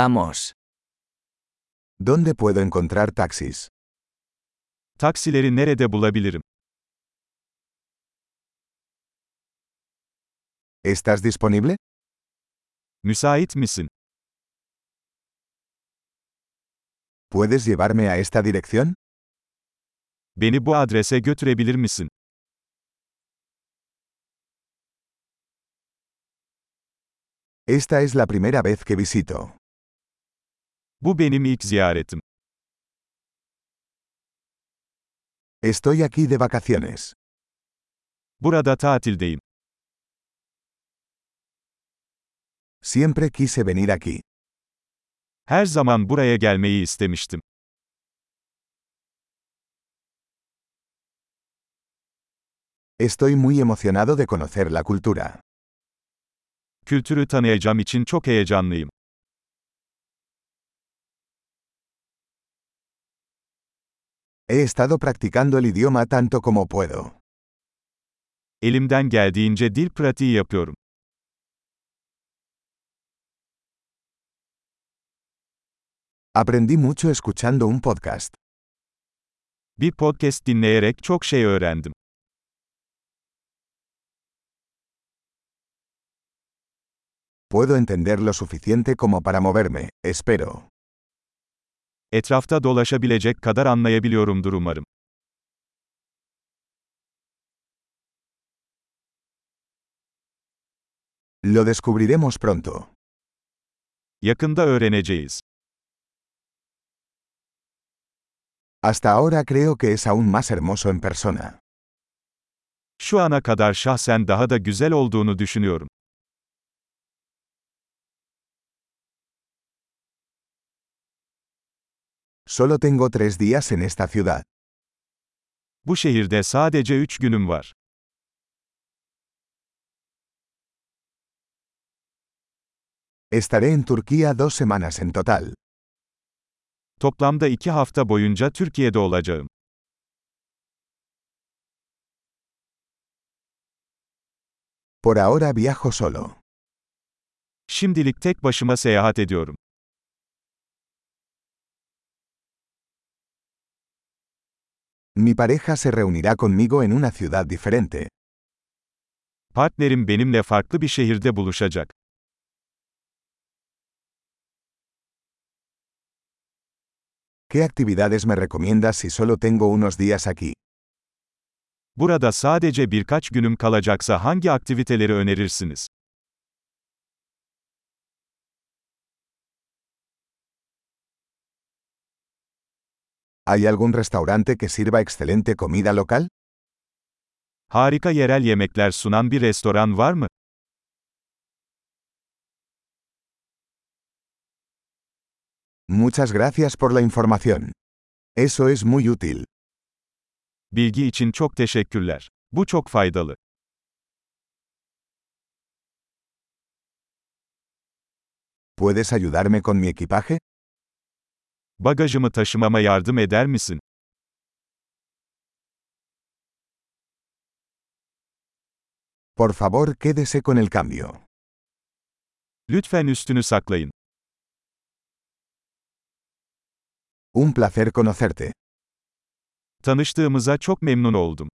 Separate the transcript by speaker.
Speaker 1: Vamos.
Speaker 2: ¿Dónde puedo encontrar taxis?
Speaker 3: Taksileri nerede bulabilirim?
Speaker 2: ¿Estás disponible?
Speaker 3: Müsait misin?
Speaker 2: ¿Puedes llevarme a esta dirección?
Speaker 3: Beni bu adrese götürebilir misin?
Speaker 2: Esta es la primera vez que visito.
Speaker 3: Bu benim ilk ziyaretim.
Speaker 2: Estoy aquí de vacaciones.
Speaker 3: Burada tatildeyim.
Speaker 2: Siempre quise venir aquí.
Speaker 3: Her zaman buraya gelmeyi istemiştim.
Speaker 2: Estoy muy emocionado de conocer la cultura.
Speaker 3: Kültürü tanıyacağım için çok heyecanlıyım.
Speaker 2: He estado practicando el idioma tanto como puedo.
Speaker 3: Elimden geldiğince dil pratiği yapıyorum.
Speaker 2: Aprendí mucho escuchando un podcast.
Speaker 3: Bir podcast dinleyerek çok şey öğrendim.
Speaker 2: Puedo entender lo suficiente como para moverme, espero.
Speaker 3: Etrafta dolaşabilecek kadar anlayabiliyorumdur umarım.
Speaker 2: Lo descubriremos pronto.
Speaker 3: Yakında öğreneceğiz.
Speaker 2: Hasta ahora creo que es aún más hermoso en persona.
Speaker 3: Şu ana kadar şahsen daha da güzel olduğunu düşünüyorum.
Speaker 2: Solo tengo tres días en esta ciudad.
Speaker 3: Bu şehirde sadece 3 günüm var.
Speaker 2: Estaré en Turquía dos semanas en total.
Speaker 3: Toplamda 2 hafta boyunca Türkiye'de olacağım.
Speaker 2: Por ahora viajo solo.
Speaker 3: Şimdilik tek başıma seyahat ediyorum.
Speaker 2: Mi pareja se reunirá conmigo en una ciudad diferente.
Speaker 3: Partnerim benimle farklı bir şehirde buluşacak.
Speaker 2: ¿Qué actividades me recomiendas si solo tengo unos días aquí?
Speaker 3: Burada sadece birkaç günüm kalacaksa hangi aktiviteleri önerirsiniz?
Speaker 2: ¿Hay algún restaurante que sirva excelente comida local?
Speaker 3: Harika yerel yemekler sunan bir restoran var mı?
Speaker 2: Muchas gracias por la información. Eso es muy útil.
Speaker 3: Bilgi için çok teşekkürler. Bu çok faydalı.
Speaker 2: ¿Puedes ayudarme con mi equipaje?
Speaker 3: Bagajımı taşımama yardım eder misin?
Speaker 2: Por favor, quédese con el cambio.
Speaker 3: Lütfen üstünü saklayın.
Speaker 2: Un placer conocerte.
Speaker 3: Tanıştığımıza çok memnun oldum.